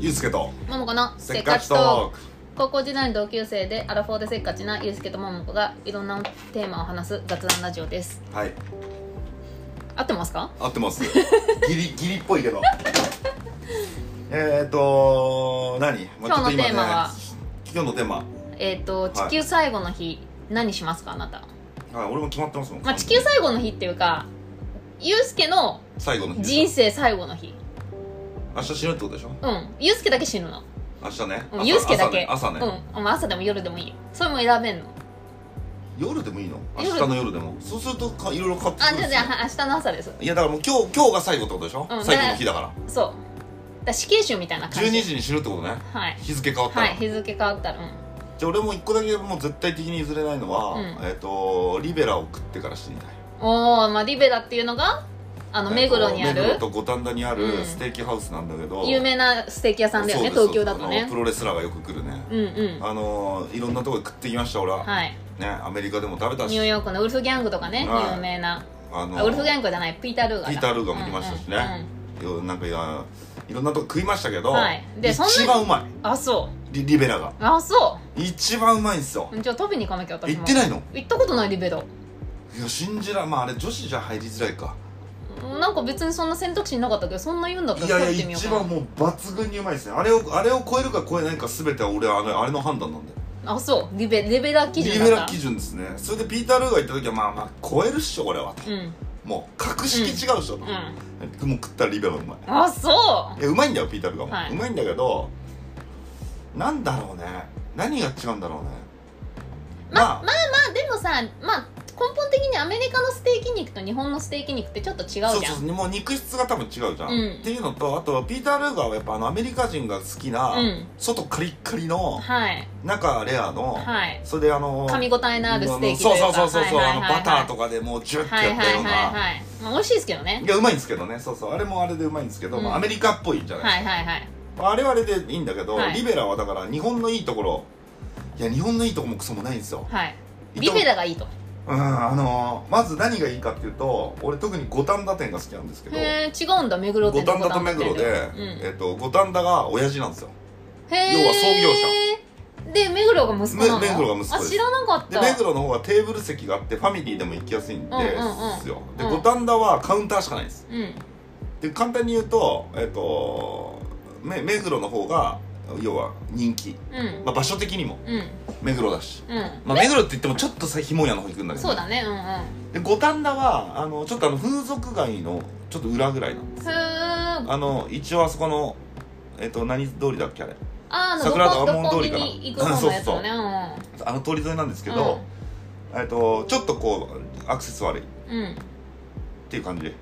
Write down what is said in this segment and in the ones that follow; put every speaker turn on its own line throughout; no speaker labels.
ゆうすけと
桃子のせ
せ
っ
っ
か
か
ち
ち
ト
ト
ー
ー
ク
ク
高校時代の同級生でアラフォーでせっかちなゆうすけと桃子がいろんなテーマを話す雑談ラジオです
はい
合ってますか
合って ますギリギリっぽいけどえーと何、まあちょっと
今日のテーマは
今日のテーマ
えっ、と地球最後の日、何しますかあなた、
はい俺も決まってますもん、
まあ、地球最後の日っていうかゆうすけの
最後の日でしょ
人生最後の日
明日死ぬってことでしょ
うんゆうすけだけ死ぬの
明日ね
うん
朝
ゆうすけだけ
朝ね朝ね
うんまあ朝でも夜でもいいよそれも選べんの
夜でもいいの明
夜
日の夜でもそうするとかいろいろ買って
あ
くるんで
じゃあじ
す
ゃ
よ
あ明日の朝です
いやだからもう今日今日が最後ってことでしょ、
うん
最後の日だから
そうだから死刑囚みたいな感じ
12時に死ぬってことね
はい
日付変わった
は
ら、
い日付変わったらうん
じゃあ俺も一個だけもう絶対的に譲れないのは、
うん
えっ、とリベラを食ってから死にたい
おおまあリベラっていうのがあの目黒にあ
えっと
る
目黒と五反田にあ
うん
るステーキハウスなんだけど、
有名なステーキ屋さんだよね
そうで
東
す
京だと
あの
ね
プロレスラーがよく来るね、
うんうん
あのーいろんなとこで食ってきました俺は、
はい
ねアメリカでも食べたし
ニューヨークのウルフギャングとかね
はい
有名な
あの
あウルフギャングじゃないピーター・ルーガだ
ピータールーガーも来ましたしね
うんうんうん
よなんかいやいろんなとこ食いましたけど、
はいでそんな
一番うま
あそ
いリリベラが
うあそ
一番うまいんですよ
うじゃあ食べに行かなきゃ私
行
も
ってないの
行ったことないリベラ
いや信じらまああれ女子じゃ入りづらいか
なんか別にそんな選択肢なかったけどそんな言うんだった
い
ら
や
食べ
い
て
や
みよ
一
うか
番もう抜群にうまいですねあれをあれを超えるか超えないか全ては俺はあのあれの判断なんで
なあそうリベレベラ基
リ
準
ベ
だ
ラ
った
基準ですねそれでピーター・ルーが行った時はまあまあ超えるっしょ俺はと
うん
もう格式違うでしょ、
う
と
ん
でも食ったらリベラうまい
あそ
いやうまいんだよピーター・ルーがも、
はいう
まいんだけどなんだろうね何が違うんだろうね
うまあまあまあでもさまあ根本的にアメリカのステーキ肉と日本のステーキ肉ってちょっと違うじゃん
そうそうそうもう肉質が多分違うじゃん、
うん
っていうのとあとピーター・ルーガーはやっぱあのアメリカ人が好きな、
うん
外カリッカリの
はい
中レアの、
はい
それであの
噛み応えのあるステーキ
そ
と
う
い
そう
か
そうそうそう、
はいはい
あのバターとかでもうジュッて
はい
や
はい
っ
は
た
い
ような、
はいまあ美味しいですけどね
いやうまいんですけどねそうそうあれもあれでうまいんですけど、
うん
まあ、アメリカっぽいじゃない、
はいはいはい
あれはあれでいいんだけど、
はい
リベラはだから日本のいいところいや日本のいいとこもクソもないんですよ
はい
伊
リ
藤
ベラがいいと
うんあのーまず何がいいかっていうと俺特に五反田店が好きなんですけど
へえ違うんだ目黒
五
店
反田と目黒で、えっと、五反田が親父なんですよ要は
創業者で目黒が息子なの
め目黒が息子です
あ知らなかっ
で
た
目黒の方はテーブル席があってファミリーでも行きやすいんで
うんうんうん
すよ、
うん
で五反田はカウンターしかないんです
うん
で簡単に言うとえっ、とめ目黒の方が要は人気、
うん
まあ、場所的にも
うん
目黒だし、
うん
まあ、目黒って言ってもちょっとさひもやの方行くんだけど
そうだねうんうん
で五反田はあのちょっとあの風俗街のちょっと裏ぐらいなの
ふーあ
あの一応あそこのえっ、と何通りだっけあれ
あの
桜と
六
天
本
文通
木
りかな
に行く方のやつ だね
あの通り沿いなんですけど、えっ、とちょっとこうアクセス悪いっ
うんうん
ていう感じ
うん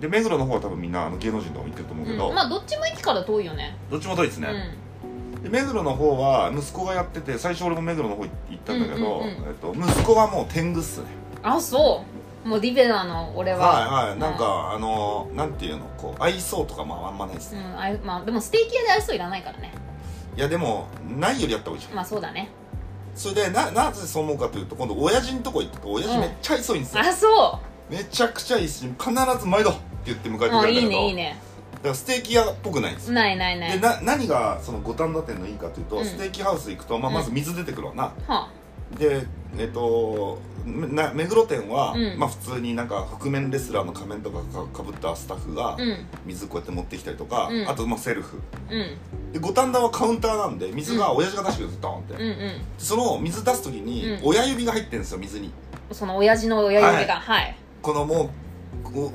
で目黒の方は多分みんなあの芸能人とかも行ってると思うけど、
うんまあどっちも駅から遠いよね
どっちも遠いです
う
ね、
ん
で目黒の方は息子がやってて最初俺も目黒の方行ったんだけど、
うんうんうん
えっと、息子はもう天狗っすね
あそうもうリベラの俺は
はいはいなんかあのなんていうのこう愛想とかまああんまないです
う
ね、
んあいまあでもステーキ屋で愛想いらないからね
いやでもないよりやった方がいいじゃん
まあそうだね
それでななぜそう思うかというと今度親父のとこ行ったと親父めっちゃ愛想いいんですよ、
あそ
めちゃくちゃいいし必ず毎度って言って迎えて
う
く
もう
れるん
い
だけど
いねいいね
だからステーキ屋っぽくないんですよ
ないないな
で
い
な何がその五反田店のいいかというと、
うん
ステーキハウス行くと、まあ、
うん
まず水出てくるわな、
は
でえっとめな目黒店は、
うん
まあ、普通になんか覆面レスラーの仮面とかかかぶったスタッフが
あうん
水こうやって持ってきたりとか、
うん
あとまあセルフ
うん
で五反田はカウンターなんで水が親父が出してくれるんですドーンって、
うんうん
その水出す時に、
うん
親指が入ってるんですよ水に
その親父の親指がはい
このもう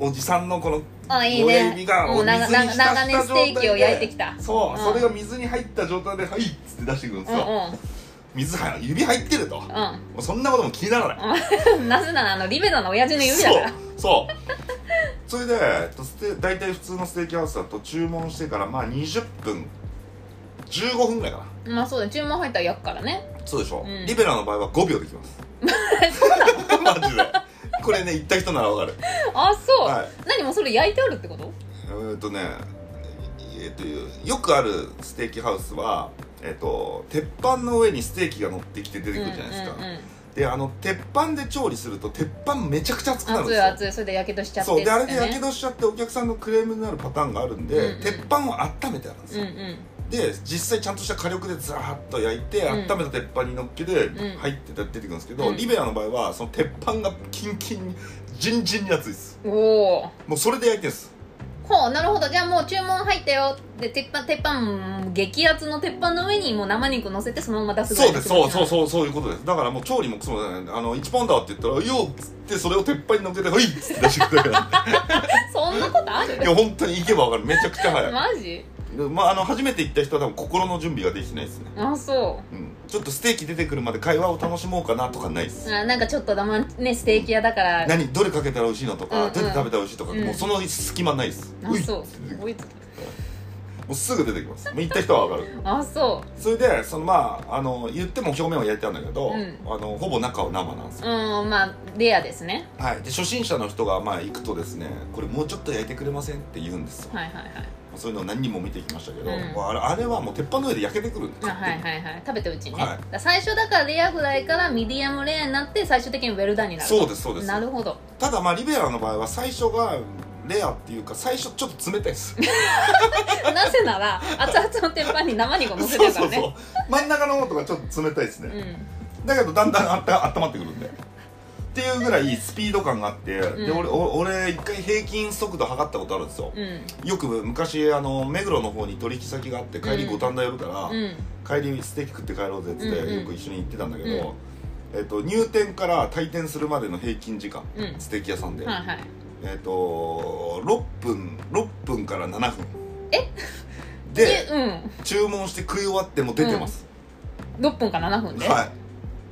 おおじさんのこの
あいい
親
ね
指が
もう
水に浸
長長
した
長年ステーキを焼いてきた
そう、
うん
それが水に入った状態で「はい」っつって出してくるんです
うん
よ、水は指入ってると、も
う
うそんなことも気にならない
んうん なぜならあのリベラの親父の指だから
そうそうそれでえっとステ大体普通のステーキハウスだと注文してからまあ20分15分ぐらいかな
まあそうだ注文入ったら焼くからね
そうでしょ、
うん
リベラの場合は5秒できますマジでこれね行った人ならわかる
あそう、
はい
何もうそれ焼いてあるってこと
えーっとねえーっとよくあるステーキハウスはえーっと鉄板の上にステーキが乗ってきて出てくるじゃないですか、
うんうんうん
であの鉄板で調理すると鉄板めちゃくちゃ熱くなるん
熱
で
い
すよ
熱いそれでやけどしちゃって
そうであれで
っつっ
や
て
け
ね
どしちゃってお客さんのクレームになるパターンがあるんで、
うんうん
鉄板を温めてあるんですよ、
うん
で実際ちゃんとした火力でずらっと焼いて、
うん
温めた鉄板にのっけて
うん
入ってた出てくるんですけど、
うん
リベアの場合はその鉄板がキンキンにジンジンに熱いです
おお
もうそれで焼いてるんです
ほうなるほどじゃあもう注文入ったよで鉄板鉄板うん激アツの鉄板の上にもう生肉乗せてそのまま出すぐら
そ
いうの
ですそうそう
う
そうそういうことですだからもう調理もクソもないあの1ポンダーって言ったら「よっ」つってそれを鉄板にのっけて「はい」っつって出してくれる から
そんなことある
いや本当に行けば分かるめちゃくちゃ早い
マジ
でまあ、あの初めて行った人は多分心の準備ができてないですね、
あそ
うん、ちょっとステーキ出てくるまで会話を楽しもうかなとかないです
うあなんかちょっとだまんねステーキ屋だから
何どれかけたら美味しいのとか、
うんうん
どれ食べたら美味しいとか、
うん
もうその隙間ないです
あ
い
そう
も
おいつ
うすぐ出てきますもう行った人は分かる
あそ
それでそのまああの言っても表面は焼いてあるんだけど、
うん
あのほぼ中は生なんですよ
ううんまあレアですね
はい、で初心者の人がまあ行くとですねこれもうちょっと焼いてくれませんって言うんですよ
はいはいはい
そういうのを何人も見てきましたけど、
うん
もうあれあれはもう鉄板の上で焼けてくるんです
あ
よ、
はいはいはい食べてうちにね、
はい
だから最初だからレアぐらいからミディアムレアになって最終的にウェルダンになる
そうですそうです
なるほど
ただまあリベラの場合は最初がレアっていうか最初ちょっと冷たいです
なぜ なら熱々の鉄板に生肉を乗せて
そう そう
るからね
そう真ん中の方とかちょっと冷たいですね、
うん
だけどだんだんあった温まってくるんでっていうぐらいスピード感があって、で
うん
俺お俺一回平均速度測ったことあるんですよ、
うん
よく昔あの目黒の方に取引先があって帰り
う
五
ん
反田寄るから、
うん
帰りステーキ食って帰ろうぜっつって、
うんうん
よく一緒に行ってたんだけど、えっと入店から退店するまでの平均時間
うん
ステーキ屋さんで、
はいはい
えっと6分6分から7分
え
で
うん
注文して食い終わっても出てます、
6分か7分で、
はい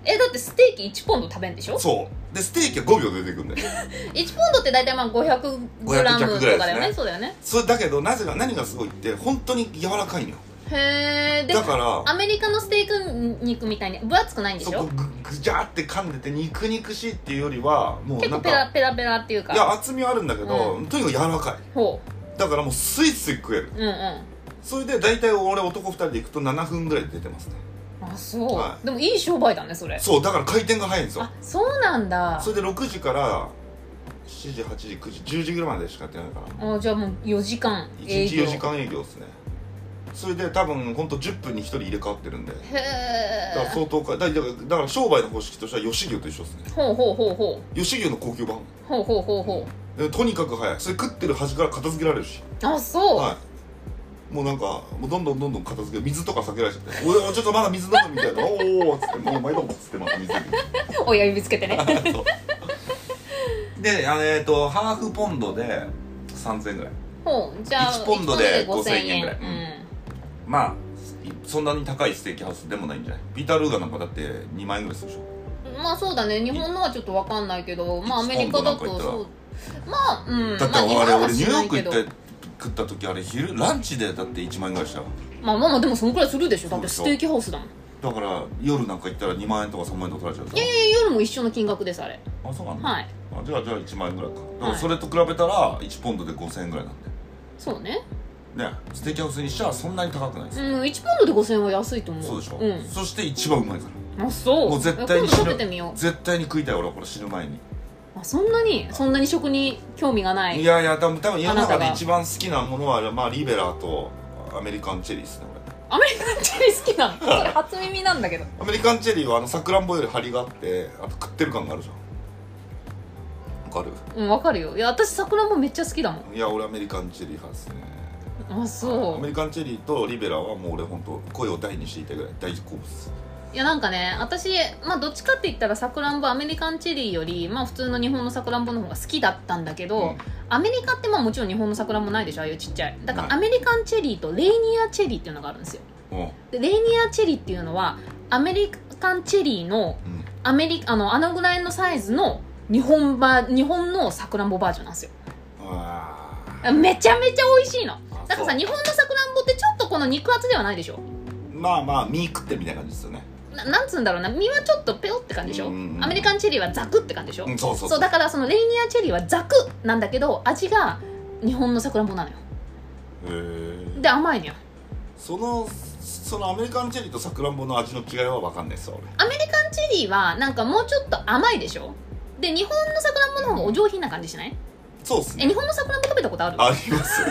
えだってステーキ1ポンド食べんでしょ
そうでステーキは5秒で出てくるんだよ
1ポンドって大体まあ500グラムとかだよねそうだよね
それだけどなぜが何がすごいって本当に柔らかいのよ
へえで
だから
アメリカのステーキ肉みたいに分厚くないんで
そ
し
こ
ょ
ぐぐじゃーって噛んでて肉肉しいっていうよりはもう
結
なんか
構ペラペラペラってい
い
う
や
か
厚みはあるんだけど、
う
とにかく柔らか
ほ
いだからもうスイスイ食える
ううんうん
それで大体俺男2人で行くと7分ぐらいで出てますね
あそう、
はい
でもいい商売だねそれ
そうだから回転が早いんですよ
あそうなんだ
それで6時から7時8時9時10時ぐらいまでしかやってないから
あじゃあもう4時間営
1日
業
4時間営業ですねそれで多分本当10分に1人入れ替わってるんでだか
へ
ら
え
相当かだだからだから商売の方式としては吉牛と一緒ですね
ほうほうほうほ
吉牛の高級版
うほうほうほうほ
でとにかく早いそれ食ってる端から片付けられるし
うあそう、
はいもうなんかもうどんどんどんどん片付け水とか避けられちゃって「おいちょっとまだ水飲む」みたいな「おお」っつ って「もう毎度」っつってまた水飲む
親指つけてね
であえっ、とハーフポンドで3000円ぐらい
ほうじゃあ
1ポンドで
1ポンド
5000円ぐらいまあいそんなに高いステーキハウスでもないんじゃないビタルーガなんかだって2万円ぐらいするでしょ
うん、まあそうだね日本のはちょっとわかんないけどまあアメリカだと
1ポンドなん
そう
か
まあうん
だってあれ、
まあ、
俺ニューヨーク行
て
って食った時あれ昼ランチでだって1万円ぐらいしたわ
まあまあまあでもそのくらいするでしょだって
そ
ス
うでしょ
テーキハウスだもんい
だから夜なんか行ったら2万円とか3万円とか取られちゃうでし
や夜も一緒の金額ですあれ
ょあそうなんだ、
はい
あじゃあじゃあ1万円ぐらいかだか
は
ら
い
それと比べたら1ポンドで5000円ぐらいなんで
そうね
ねステーキハウスにしちゃそんなに高くないで
う
す、
ん1ポンドで5000円は安いと思う
そうでしょ、
うん
そして一番うまいから
あそう
もう絶対に
今度
死
食
ぬ
べてみよ
絶対に食いたい俺はこれ死ぬ前に、、
うあそんなにそんなに食に興味がないい
やいや多分多分世の
あな
中
た
で
が
一番好きなものはまあリベラとアメリカンチェリーですね
アメリカンチェリー好き なのそれ初耳なんだけど
俺アメリカンチェリーはあのさくらんぼより張りがあってあと食ってる感があるじゃんわかる
うんわかるよいや私桜もめっちゃ好きだも
いや俺アメリカンチェリー派ですね
んあそ
ア
う
メリカンチェリーとリベラはもう俺本当声を大にしていたぐらい大好物です
いやなんかね私、まあ、どっちかって言ったらさくらんぼアメリカンチェリーより、まあ、普通の日本のさくらんぼの方が好きだったんだけど、
うん
アメリカってまあもちろん日本のさくらんぼないでしょああいうちっちゃいだか
な
らアメリカンチェリーとレーニアチェリーっていうのがあるんですよ
うんうん
でレーニアチェリーっていうのはアメリカンチェリーのアメリあのあのぐらいのサイズの日本バ日本のさくらんぼバージョンなんですよ
あー
めちゃめちゃ美味しいの
あ
なんか
そ
さ
う
日本のさくらんぼってちょっとこの肉厚ではないでしょ
まあまあ身食ってるみたいな感じですよね
ななんつうんだろうな身はちょっとペロって感じでしょ、
うんうんうん
アメリカンチェリーはザクって感じでしょ、
うんそうそう
そうだからそのレイニアチェリーはザクなんだけど味が日本のさくらんぼなのよ
へー
で甘いのよ
そのそのアメリカンチェリーとさくらんぼの味の違いは分かんないですよ
アメリカンチェリーはなんかもうちょっと甘いでしょで日本のさくらんぼの方がお上品な感じしない
俺そうっす
え日本のさくらんぼ食べたことある
あります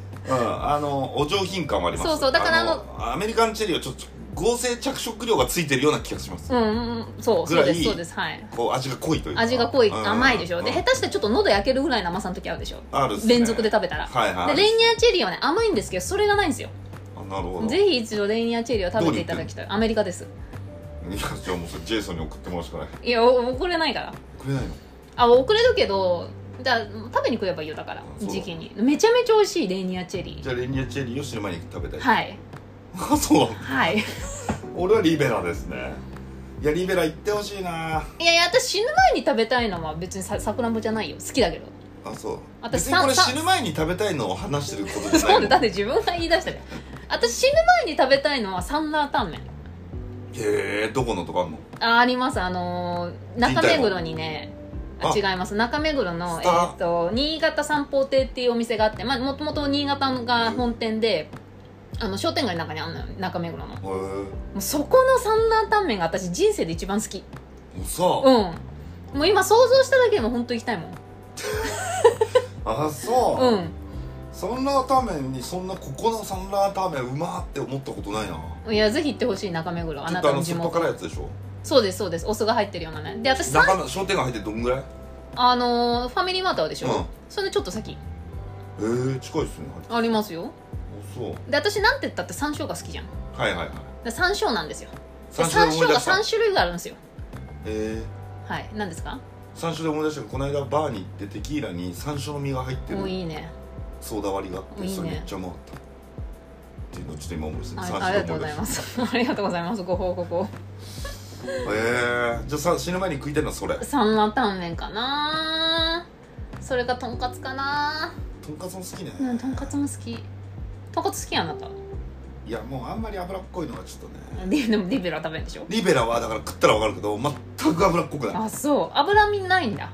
うん、あのお上品感はあります
そうそうだからあの
アメリカンチェリーはちょっと合成着色料がついてるような気がします、
うんうんうんそう
ぐ
そう
ら
で
い
すそうですはい
こう味が濃いというか
味が濃い
うん
甘いでしょで
うん
下手してちょっと喉焼けるぐらいの甘さの時あるでしょ
あるっすね
連続で食べたら
はいはい
でレイニアチェリーはね甘いんですけどそれがないんですよ
あなるほど
ぜひ一度レイニアチェリーを食べていただきたいアメリカです
いやじゃあもうそれジェイソンに送ってもらうしかない
いやお送れないから
くれないの
あ遅れるけどじゃあ食べに来ればいいよだから
そう
時期にめちゃめちゃ美味しいレイニアチェリ
じゃあレニアチェリーを死ぬ前に食べた
ー
い、
はい
あそう
はい
俺はリベラですねいやリベラ行ってほしいない
やいや私死ぬ前に食べたいのは別にささくらんぼじゃないよ好きだけど
あそう
私
別にこれ
さんさん
死ぬ前に食べたいのを話してることじゃない
そう
も
で
ん
だって自分が言い出したじゃん私死ぬ前に食べたいのはサンラータンメン
へえどこのとかあんの
あありますあのー中目黒にねあ違
あ
います中目黒の、
ス
え
ター
ー、と新潟三宝亭っていうお店があって、まあ、もともと新潟が本店で、あの商店街の中にあんのよ中目黒のも
へえも
うそこの三段タンメンが私人生で一番好き
うさ、
うんもう今想像しただけでも本当行きたいもん
あそう、
うん
サンラータンメンにそんなここのサンラータンメンうまーって思ったことないない
やぜひ行ってほしい中目黒あ
ちょ
な
っと
た
あ
の
の
地
酸っぱ辛い
元
やつでしょ
そうですそうですお酢が入ってるようなねで私さ
中の商店街入ってどんぐらいへ
あのーファミリーマートあるでしょ、
うん
それのちょっと先
え近いっすねあ
ありますよ
そう
で私なんて言ったって山椒が好きじゃん
はいはいはい
で山椒なんですよで
山
山
椒で思
椒
い出
が
した
3種類ぐらいあるんですよ
えー
はい何ですか
山椒で思い出したけどこの間バーに行ってテキーラに山椒の実が入って
もう
る
いいね
ソーダ割りがあっ
いい
て
ね
それめっちゃうまかったっていうのをちょっと今思い出した
あ
山
ありがと
椒
うご
で
ざ
思
い
い
ま
出し
す ありがとうございますご報告を
たえー、じゃあさ死ぬ前に食いたいのはそれ
サンラタンメンかなそれかとんかつかな
とんかつも好きね、
うんとんかつも好きとんかつ好きやんあなた
いやもうあんまり脂っこいのがちょっとね
ででもリベラ食べるんでしょ
リベラはだから食ったらわかるけど全く脂っこくな
あそう脂身ないんだ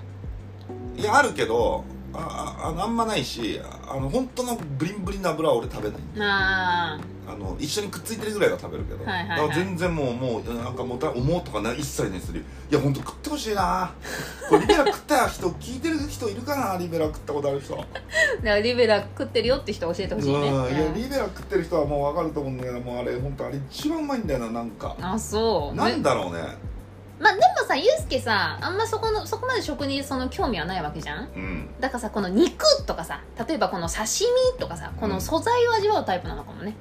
いいやあるけどあああのあんまないしあの本当のブリンブリンの油は俺食べない
あ
あの一緒にくっついてるぐらいは食べるけど、
はいはいはい
だから全然もうもうなんかもた思うとかな一切ないするいやほんと食ってほしいなこれリベラ食った人聞いてる人いるかなリベラ食ったことある人
ーだからリベラ食ってるよって人教えてほしいね
うんいや
うん
リベラ食ってる人はもう分かると思うんだけどもうあれほんとあれ一番うまいんだよななんか
あそう
なんだろうね
まあでもさユうスケさあんまそこのそこまで食にその興味はないわけじゃん
うん
だからさこの肉とかさ例えばこの刺身とかさこの素材を味わうタイプなのかもね、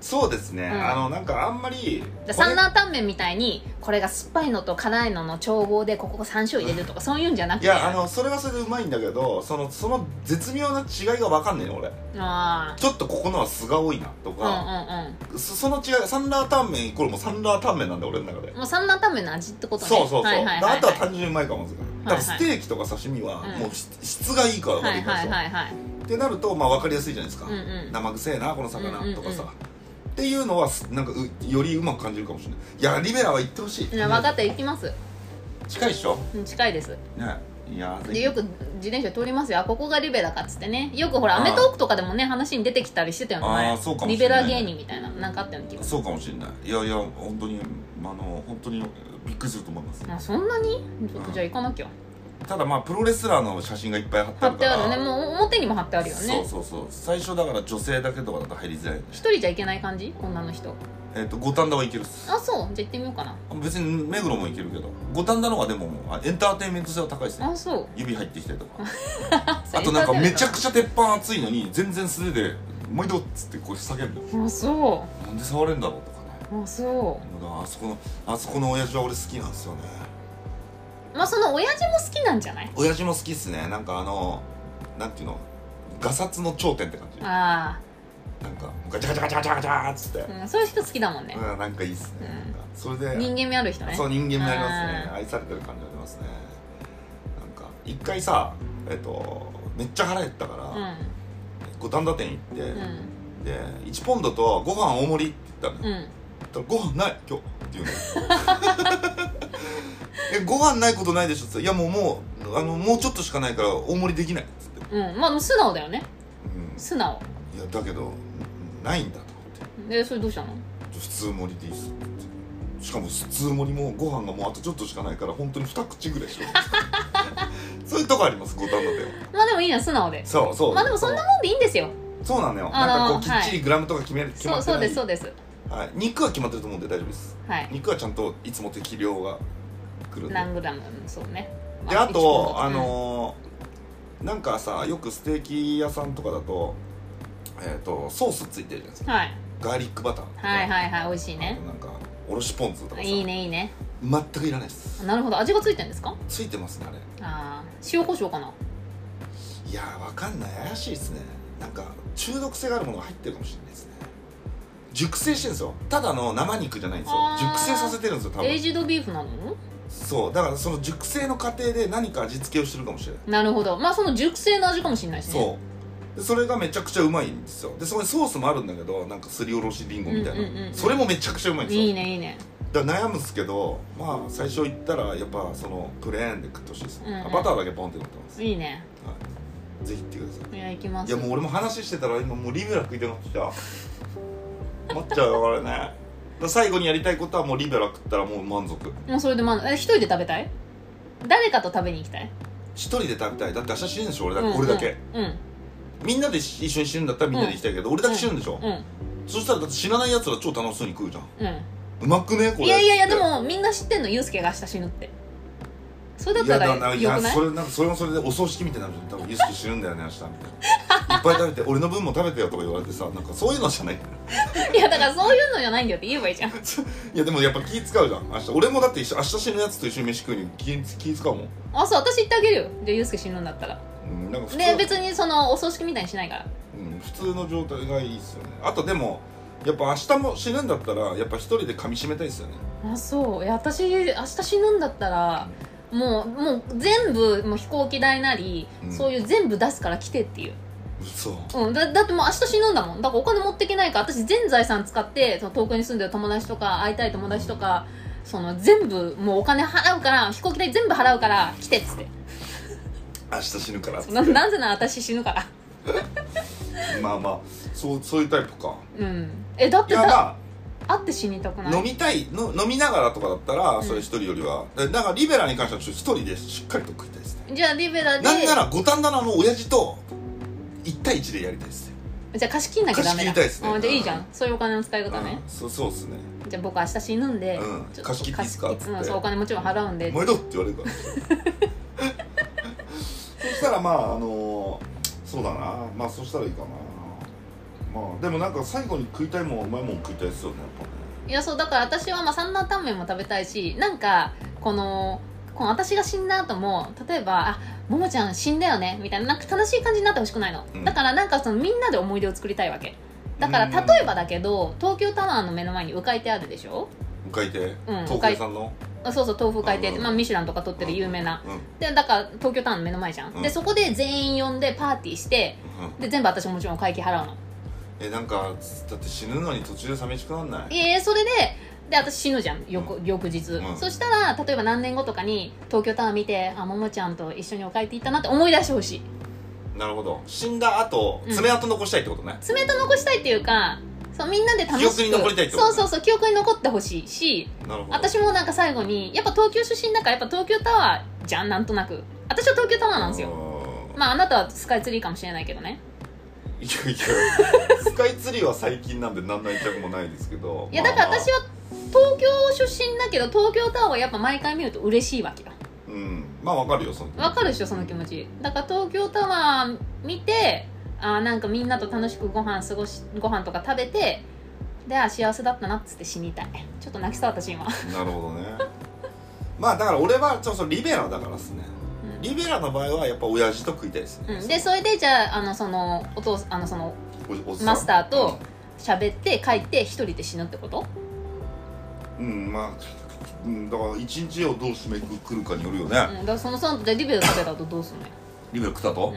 そうですね、
うん
あのなんかあんまり
じゃあサンラータンメンみたいにこれが酸っぱいのと辛いのの調合でここ山椒入れるとかそういうんじゃなく
い
て
やあのそれはそれでうまいんだけどそのその絶妙な違いが分かんねえの俺
あ
ちょっとここのは酢が多いなと
ーうん
か、
うんうん
そその違いサンラータンメンイコールもうサンラータンメンなんだ俺の中で
もうサンラータンメンの味ってことね
そうそうそう、
はいはいはい、はい、
あとは単純にうまいかもしれないだから
はいは
ス
い
テーキとか刺身は
うん
もうし質がいいから分か
は
る
い
でしょ、
はいはいはい
ってなるとまあ分かりやすいじゃないですか、
うんうん
生臭いなこの
うんうんう
魚
ん
とかさ、っていうのはすなんかうよりうまく感じるかもしれないいやリベラは行ってほしい
いや分かった行きます
近いっしょ
うん近いです
ねいやぜ
で
ひ
よく自転車通りますよあここがリベラかっつってねよくほら『
あ
ア
ー
メトーク』とかでもね話に出てきたりしてたよね
あー
前
そうかも
リ
し
ベ
れな
ラ
い
芸人みたいななんかあったような気がす
そうかもしれないいやいや本当にあの本当にびっくりすると思います
るあそんなにちょっとじゃあ行かなきゃ
ただまあプロレスラーの写真がいっぱい貼って
貼
ある
っ
か
て
ら
あるねもう表にも貼ってあるよ
そう
ね
そうそう最初だから女性だけとかだと入りづらいね
一人じゃ行けない感じ女の人
えっ、と五反田はいけるっす
あそうじゃあ行ってみようかな
別に目黒もいけるけど五反田の方がでももうあエンターテインメント性は高いですね
あそう
指入ってきたりとか
あ
あとなんかめちゃく
ち
ちゃ鉄板熱いのに全然素手で「毎度」っつってこう叫んで
ゃあそ
なんで触れんだろうとかね
うあそ
もうあそこのあそこの親父は俺好きなんですよね
うまあその親父も好きなんじゃない
親父も好きっすねなんかあのなんていうのガサツの頂点って感じなん
あ
かガチャガチャガチャガチャガチャっつって、
あ、うん、そういう人好きだもんね
うんなんかいいっすね、
うん
なんかそれで
人間味ある人ね
そう人間味ありますね
うん
愛されてる感じありますねなんか一回さえっとめっちゃ腹減ったから、
うん
五反田店行って、
うん
で1ポンドとご飯大盛りって言ったの、
うん
よご飯ない今日」って言うの えご飯ないことないでしょ」って言ったら「いやもうもうあのもうちょっとしかないから大盛りできない」っつって、
うんまあ素直だよね
う
素直
ん、いやだけどないんだと思って
でそれどうしたの
普通盛りでいいっすって言ってしかも普通盛りもご飯がもうあとちょっとしかないから本当に二口ぐらい しようそういうとこあります五反田では
まあでもいいな素直で
そうそう
まあでもそんなもんでいいんですよ
そうなのよ
あの
なんかこうき
はい
っちりグラムとか決める、決ま
そう
ってない
そうですそうです
はい、肉は決まってると思うんで大丈夫です
はい
肉はちゃんといつも適量が来るんで
何グラムそうね
であとあ、のーなんかさよくステーキ屋さんとかだと,、えー、とソースついてるじゃないですか
まあはい、
ガーリックバターとか
はいはいはい美味しいね
なんかおろしポン酢とかさ
いいねいいね
全くいらないです
なるほど味がついてるんですか
ついてますねあれ
あー塩コショウかない
やーわかんない怪しいですねなんか中毒性があるものが入ってるかもしれないですね熟成してるんですよただの生肉じゃないんですよ
あー
熟成させてるんですよ多
エイ
分
ジドビーフなの
そうだからその熟成の過程で何か味付けをしてるかもしれない
なるほどまあその熟成の味かもしれないしね
そうでそれがめちゃくちゃうまいんですよでそこにソースもあるんだけどなんかすりおろしりんごみたいな、
うんうんうんうん
それもめちゃくちゃうまいんですよ
いいねいいね
だから悩むんですけどまあ最初行ったらやっぱそのプレーンで食ってほしいです、ね
うんうん
バターだけポンって乗ってます、
いいね
はい、ぜひ行ってくださ
いや行きま
いい
す
やもう俺も話してたら今もうリベラ食いたくなってきた待っちゃうよこれねだから最後にやりたいことはもうリベラ食ったらもう満足
もうそれでまあえ一人で食べたい誰かと食べに行きたい
一人で食べたいだって明日死ぬんでしょ俺だけ、俺だけ
うん
みんなで一緒に死ぬんだったらみんなで行きたいけど、俺だけ死ぬんでしょ、
うんうん
そしたらだって知らないやつら超楽しそうに食うじゃん
うん
うまくねこれ
いやいやいやで
い
もみんな知ってんのユうスケが明日死ぬってそれだ
や
っ
だ
た
から
ら
な
よ
い
く
や
ない
それなんかそれもそれでお葬式みたいになるじゃん多分ユースケ死ぬんだよね明日みたいないっぱい食べて俺の分も食べてよとか言われてさなんかそういうのじゃない
いやだからそういうのじゃないんだよって言えばいいじゃん
いやでもやっぱ気使うじゃん明日俺もだって一緒明日死ぬやつと一緒に飯食うに気気使うもん、
あそう私言ってあげるよじゃあユうスケ死ぬんだったら
うん、なんか普通,、
で別にそのお葬式みたいにしないから
うん、普通の状態がいいっすよねあとでもやっぱ明日も死ぬんだったらやっぱ一人で噛み締めたいっすよね
あそういや私明日死ぬんだったらもうもう全部もう飛行機代なり、
うん
そういう全部出すから来てっていう、
嘘
うん、だだってもう明日死ぬんだもんだからお金持っていけないから私全財産使ってその東京に住んでる友達とか会いたい友達とかその全部もうお金払うから飛行機代全部払うから来てっつって
明日死ぬからっつって
ななぜなら私死ぬから
まあまあそうそういうタイプ か
うんえだっ
い
て
やま
さ
あ
会って死にたくない
飲みたいの飲みながらとかだったら
ん
それ一人よりは、だだからリベラに関してはちょっと一人でしっかりと食いたいですね
じゃあリベラで
なんなら五反田のあの親父と1対1でやりたいですね
じゃあ貸し切んなきゃダメ
貸し
だ
切りたいっすね
あじゃあいいじゃんそういうお金の使い方ね
うん、そうそうっすね
じゃあ僕明日死ぬんで、
うん
ちょっと
貸し切っていいっすか
貸し切
つって
うん、そうお金もちろん払うんで、
「燃えろ!」って言われるから そしたらまああのーそうだなまあそしたらいいかなまあでもなんか最後に食いたいもんうまいもん食いたいですよねやっぱね
いやそうだから私はまあ三段タンメンも食べたいしなんかこのこの私が死んだ後も例えば「あももちゃん死んだよね」みたいななんか楽しい感じになってほしくないの、
うん
だからなんかそのみんなで思い出を作りたいわけだから
うん
例えばだけど東京タワーの目の前にうかいてあるでしょ
向かい手
うん
東海さんの
あそうそう豆腐かいて
うんうん
まあ、ミシュランとか取ってる有名な
うんうん
でだから東京タワーの目の前じゃん、
うん
でそこで全員呼んでパーティーしてで全部私ももちろん会計払うの
えなんかだって死ぬのに途中で寂しくなんない
ええそれでで私死ぬじゃん翌,、翌日、
うん
そしたら例えば何年後とかに東京タワー見てあももちゃんと一緒にお帰って行ったなって思い出してほしい
なるほど死んだ後
うん
爪痕残したいってことね、
爪と残したいっていうかそうみんなで楽しく
記憶に残りたいってこと
そうそうそう記憶に残ってほしいし
なるほど
私もなんか最後にやっぱ東京出身だからやっぱ東京タワーじゃんなんとなく私は東京タワーなんですよ
うーん
まああなたはスカイツリーかもしれないけどね
いやいやスカイツリーは最近なんで何の愛着もないですけど
いや
ま
だ
あ
から
まあ
私は東京出身だけど東京タワーはやっぱ毎回見ると嬉しいわけよ
うんまあわかるよその
わかるでしょその気持ちだから東京タワー見てあーなんかみんなと楽しくご飯過ごしご飯とか食べてであー幸せだったなっつって死にたいちょっと泣きそう私今、
なるほどねまあだから俺はちょっとリベラだからっすね
う
リベラの場合はやっぱ親父と食いたいです
ん
ね、
うん、でそれでじゃああのそのお父さんあのその
おおっさん
マスターと喋って帰って一人で死ぬってこと
うん、うんまあ、うん、だから一日をどう締めくくるかによるよね、
うんだからそのそのじゃあリベル食べた後どうすんのよ、
リベラ食ったと
う、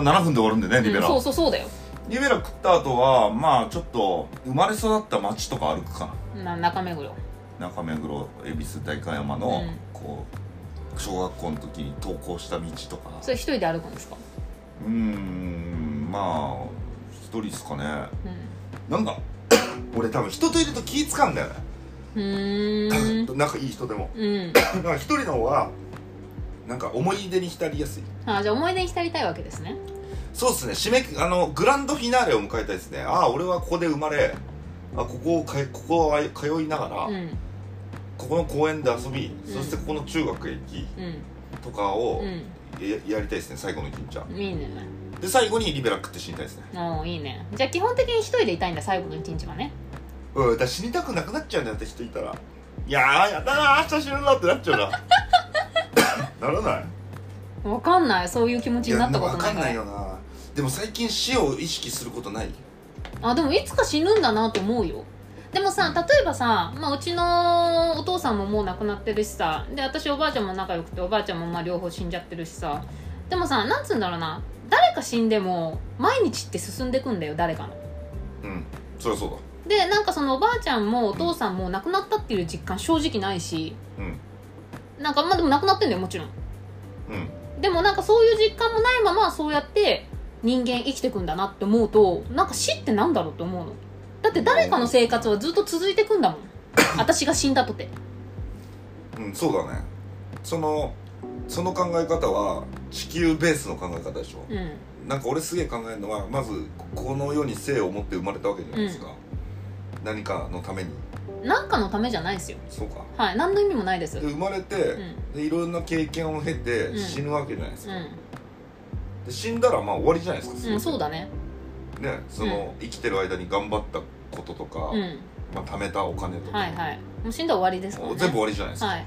ん
まあ7分で終わるんでねリベ
うん、
ラ、
そうそうそうだよ
リベラ食った後はまあちょっと生まれ育った町とか歩くか
な中目黒
な中目黒恵比寿代官山
う
の
ん
こう小学校の時に登校した道とか
それ一人で歩くんですか、
うーんまあ一人ですかね
う
なんか 俺多分人といると気使うんだよね
ん、うーん
仲いい人でも
うん
だから一人の方がなんか思い出に浸りやすい
あーじゃあ思い出に浸りたいわけですね
そうですね締めあのグランドフィナーレを迎えたいですねああ俺はここで生まれあここをかここは通いながら、
うん
ここの公園で遊び、
うん
そしてここの中学へ行き
う
とかを
ん
や,、りたいですね最後の一日は
うんいいね
で最後にリベラ食って死にたいですね
おーいいねじゃあ基本的に一人でいたいんだ最後の一日はね
うんだから死にたくなくなっちゃうんだよって人いたらいやーやだなー明日死ぬなってなっちゃう なならない
わかんないそういう気持ちになったこと
わ
な
か
い
ん
か
な
ら
いよなでも最近死を意識することない
あでもいつか死ぬんだなと思うよでもさ例えばさ、まあ、うちのお父さんももう亡くなってるしさで私おばあちゃんも仲良くておばあちゃんもまあ両方死んじゃってるしさでもさなんつうんだろうな誰か死んでも毎日って進んでくんだよ誰かの
うんそりゃそうだ
でなんかそのおばあちゃんもお父さんも亡くなったっていう実感正直ないし
うん
なんかまあでも亡くなってんだよもちろん
うん
でもなんかそういう実感もないままそうやって人間生きてくんだなって思うとなんか死ってなんだろうって思うのだって誰かの生活はずっと続いてくんだもん私が死んだとて
うんそうだねそのその考え方は地球ベースの考え方でしょ
うん
なんか俺すげえ考えるのはまずこの世に生を持って生まれたわけじゃないですか、何かのために
何かのためじゃないですよ
そうか
はい何の意味もないです
で
うん
生まれて、
うん
でいろんな経験を経
う
て
ん
死ぬわけじゃないですか、で死んだらまあ終わりじゃないですか、
うんそう
だ
だね
ねその、生きてる間に頑張ったこととか、
うん
まあ、貯めたお金とか、
はいはいもう死んだら終わりですから、ね、
全部終わりじゃないですか、
はい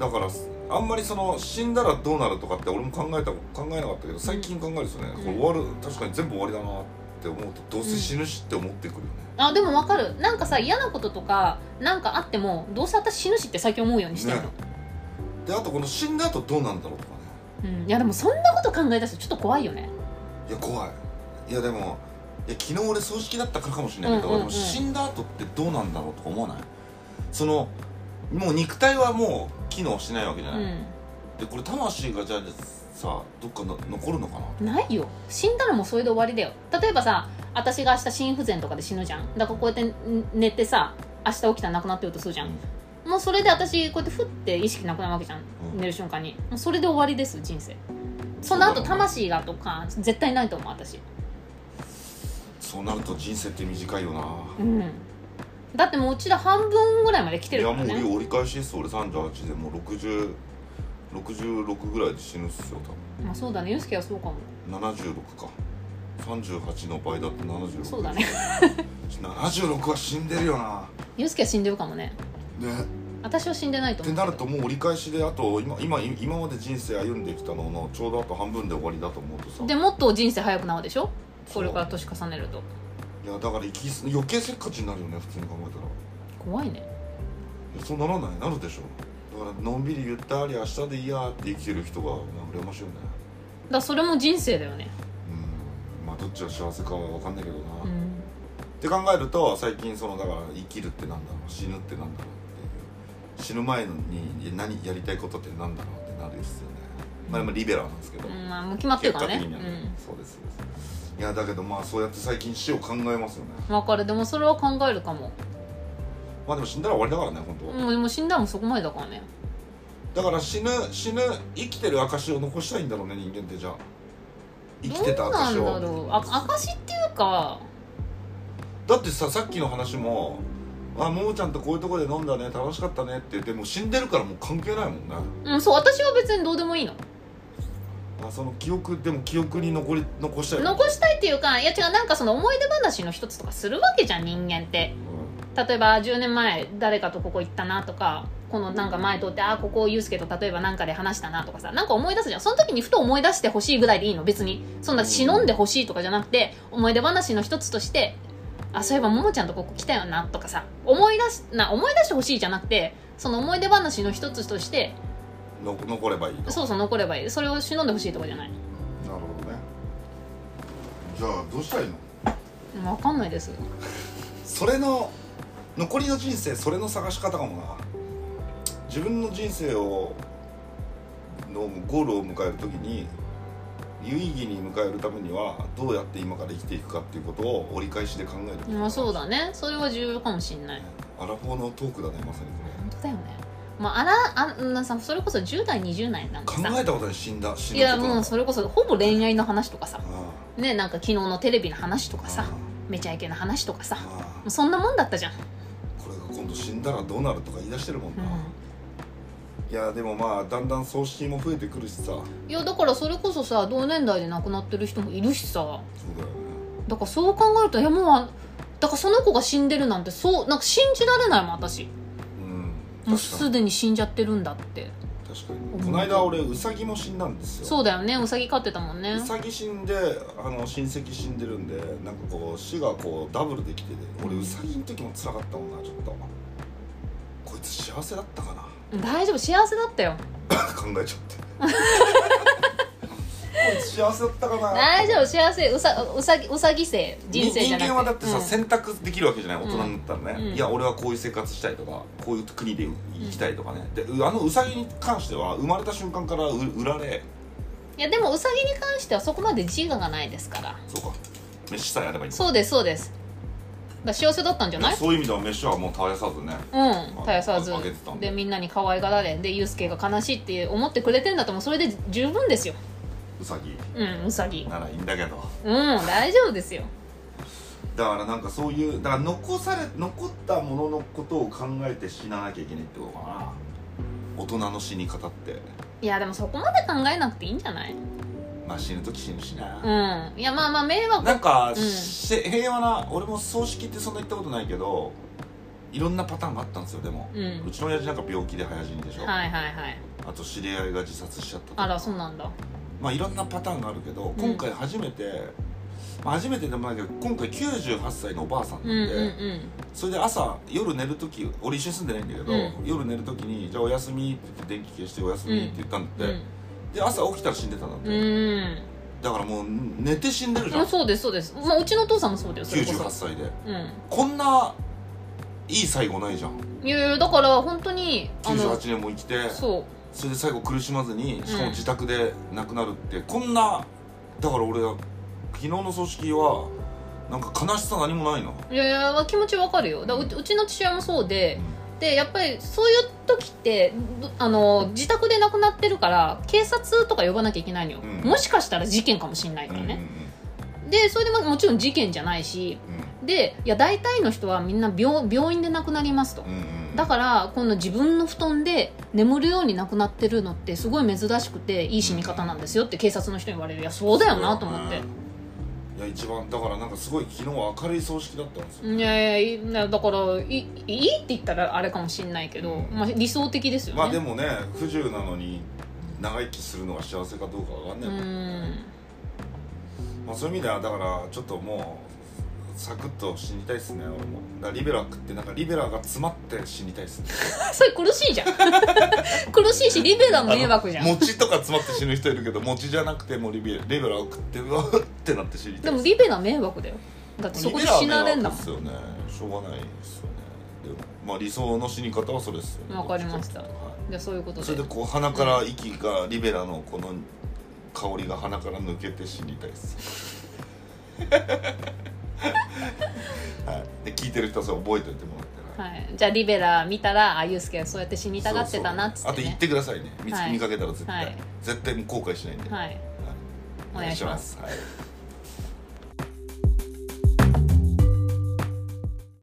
だからあんまりその死んだらどうなるとかって俺も考えた考えなかったけど最近考えるんですよね、
うん
これ終わる確かに全部終わりだなって思うとどうせ死ぬしって思ってくるよね、
あでもわかるなんかさ嫌なこととかなんかあってもどうせ私死ぬしって最近思うようにしてるの、
ねであとこの死んだ後どうなんだろうとかね
うん、いやでもそんなこと考え出すとちょっと怖いよね
いや怖いいやでもいや昨日俺葬式だったからかもしれないけど、
うんうんうん
でも死んだ後ってどうなんだろうとか思わないそのもう肉体はもう機能しないわけじゃ
う
ない、
ん
でこれ魂がじゃあさどっかの残るのかな
ないよ死んだらもうそれで終わりだよ例えばさ私が明日心不全とかで死ぬじゃんだからこうやってん寝てさ明日起きたら亡くなってるとするじゃん、もうそれで私こうやってふって意識なくなるわけじゃん、
うん
寝る瞬間にもうそれで終わりです人生その後
そうだね
魂がとか絶対ないと思う私
そうなると人生って短いよな、
うんだってもううちら半分ぐらいまで来て
い
るか
やも
ら
う
ね
俺折り返しです俺38でもう60 66ぐらいで死ぬっすよ多
まあ、そうだねユースケはそうかも
分76か38の倍だって76
そうだね
76は死んでるよな
ユースケは死んでるかもね
ね
私は死んでないと
っ
思
て
う
なるともう折り返しであと今今今まで人生歩んできたののちょうどあと半分で終わりだと思うとさ
でもっと人生早くなるでしょ
そう
これから年重ねると
いやだから生きす余計せっかちになるよね普通に考えたら
怖いね
いやそうならないなるでしょだからのんびりゆったり明日でいいやって生きてる人がなんか羨ましいよね
だからそれも人生だよね
うんまあどっちが幸せかは分かんないけどな、
う
っ
ん
て考えると最近そのだから生きるってなんだろう死ぬってなんだろうっていう死ぬ前に何やりたいことってなんだろうってなるですよねまあでもリベラルなんですけど、
うんまあもう決まってる
結
から
果
ね
的にはね、そうですそうですいやだけどまあそうやって最近死を考えますよね
うんわかるでもそれは考えるかも
まあでも死んだら終わりだからね本当、
もうもう死んだらもうそこまでだからね
だから死ぬ死ぬ生きてる証を残したいんだろうね人間ってじゃあ生きてた証
どう
を
なんだろうあ証っていうか
だってささっきの話も「あももちゃんとこういうとこで飲んだね楽しかったね」って言ってもう死んでるからもう関係ないもんね
うんそう私は別にどうでもいいの
あその記憶でも記憶に残り残したいよね
残したいっていうかいや違うなんかその思い出話の一つとかするわけじゃん人間って例えば10年前誰かとここ行ったなとかこのなんか前通ってあここユうスケと例えばなんかで話したなとかさなんか思い出すじゃんその時にふと思い出してほしいぐらいでいいの別にそんな忍んでほしいとかじゃなくて思い出話の一つとしてあそういえばももちゃんとここ来たよなとかさ思い出しな思い出してほしいじゃなくてその思い出話の一つとして
の残ればいいと
そうそう残ればいいそれを忍んでほしいとかじゃない
なるほどねじゃあどうしたらいいの
分かんないです
それの残りの人生それの探し方かもな自分の人生をのゴールを迎える時に有意義に迎えるためにはどうやって今から生きていくかっていうことを折り返しで考える
まあそうだねそれは重要かもしんない
アラフォーのトークだねまさにこ
本当だよねまあ、あらあなさそれこそ10代20代なんか
考
さ
えたことに死んだ死
い
ぬことな
や
んか
もうそれこそほぼ恋愛の話とかさ
あ
ねなんか昨日のテレビの話とか
あ
さめちゃイケの話とかさ
あ
も
あ
うそんなもんだったじゃん、
これが今度死んだらどうなるとか言い出してるもんな、
う
いやでもまあだんだん葬式も増えてくるしさそう
いやだからそれこそさ同年代で亡くなってる人もいるしさ
だよね
だからそう考えるといやもうあだからその子が死んでるなんてそうなんか信じられないもん私
うん
もう
確か
す
に
でに死んじゃってるんだって
確かにこの間俺ウサギも死んだんですよ
そうだよねうさぎ飼ってたもんね
ウサギ死んであの親戚死んでるんでなんかこう死がこうダブルできてて俺ウサギの時も辛かったもんなちょっとこいつ幸せだったかな
大丈夫幸せだったよ
考えちゃ ってこいつ幸せだったかな
大丈夫幸せうさうさぎうさぎ生人生じゃなくて
人間はだってさ、
うん
選択できるわけじゃない大人になったらね、
うん
いや俺はこういう生活したいとかこういう国で生きたいとかね、でうあのウサギに関しては生まれた瞬間からう売られ
いやでもウサギに関してはそこまで自我がないですから
そうか飯さえあればいいんだ
そうですそうですだから幸せだったんじゃない
そういう意味では飯はもう絶やさずね
うん絶やさず
あげてたんだ
でみんなに可愛がられでユうスケが悲しいって思ってくれてんだともうそれで十分ですよ
ウサギ
うんウサギ
ならいいんだけど
うん大丈夫ですよ
だからなんかそういうだから残され残ったもののことを考えて死ななきゃいけないってことかな大人の死に方って
いやでもそこまで考えなくていいんじゃない
まあ死ぬ時死ぬしな、
うんいやまあまあ迷惑
なんか、
うん
し平和な俺も葬式ってそんな行ったことないけどいろんなパターンがあったんですよでも、
う
うんちの親父なんか病気で早死にでしょ、
はいはいはい
あと知り合いが自殺しちゃったとか
あらそうなんだ
まあいろんなパターンがあるけど
うん
今回初めて、まあ、初めてでもないけど今回98歳のおばあさん
うん
な
うんん
で、それで朝夜寝る時俺一緒に住んでないんだけど、
う
夜寝る時に「じゃあおやすみ」って言って電気消して「おやすみ」って言ったんだって、
うん
で朝起きたら死んでたんだって、
うんうん
だからもう寝て死んでるじゃ
うん
ん
そうですそうですまあうちのお父さんもそうだよそれこ
98
そ
歳で。
うん
こんないい最後ないじゃん
いやいやだから本当にあの
98年も生きてそ
そう
れで最後苦しまずにしか
う
も
ん
自宅で亡くなるって、こんなだから俺は昨日の葬式はなんか悲しさ何もないの
いやいや気持ちわかるよだううちの父親もそうででやっぱりそういう時ってどあの自宅で亡くなってるから警察とか呼ばなきゃいけないのよ、
うん
もしかしたら事件かもしれないからね、でそれでももちろん事件じゃないしでいや大体の人はみんな病病院で亡くなりますと
うんうんうん
だから今度自分の布団で眠るように亡くなってるのってすごい珍しくていい死に方なんですよって警察の人に言われるいやそうだよなと思って
うんいや一番だからなんかすごい昨日は明るい葬式だったんですよ、
いやいやいやだからいいいって言ったらあれかもしんないけど、まあ、理想的ですよね、
まあでもね不自由なのに長生きするのが幸せかどうかわかんな
う
いもんね
ん
まあ、そういう意味ではだからちょっともうサクッと死にたいですね俺もだからリベラ食ってなんかリベラが詰まって死にたいですね
それ苦しいじゃん 苦しいしリベラの 迷惑じゃ
あの
ん
餅とか詰まって死ぬ人いるけど餅じゃなくてもうリベラリベラを食ってうわってなって死にた
で
い
も
リ
リベラ迷惑だよだってそこで死なれんだも
ベラは迷惑ですよねしょうがないですよねでもまあ理想の死に方はそれですよね
わかりました
はい
んじゃあそういうこと
それ
で
でこう鼻から息がリベラのこの香りが鼻から抜けて死にたいですはい、で聞いてる人はそれ覚えておいてもらってね
はい、じゃあリベラ見たらあゆうすけはそうやって死にたがってたなっつ
そう
って、ね、
そうあと言ってくださいね見,、
はい
見かけたら絶対、
はい
絶対もう後悔しないんで、
はい
はい
お願いします
お願いします、はい